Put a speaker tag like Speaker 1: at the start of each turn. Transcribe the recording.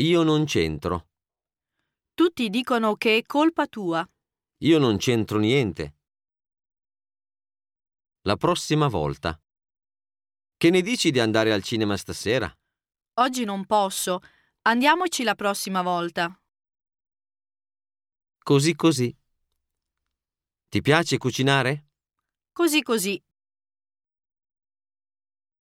Speaker 1: Io non c'entro.
Speaker 2: Tutti dicono che è colpa tua.
Speaker 1: Io non c'entro niente. La prossima volta. Che ne dici di andare al cinema stasera?
Speaker 2: Oggi non posso. Andiamoci la prossima volta.
Speaker 1: Così così. Ti piace cucinare?
Speaker 2: Così così.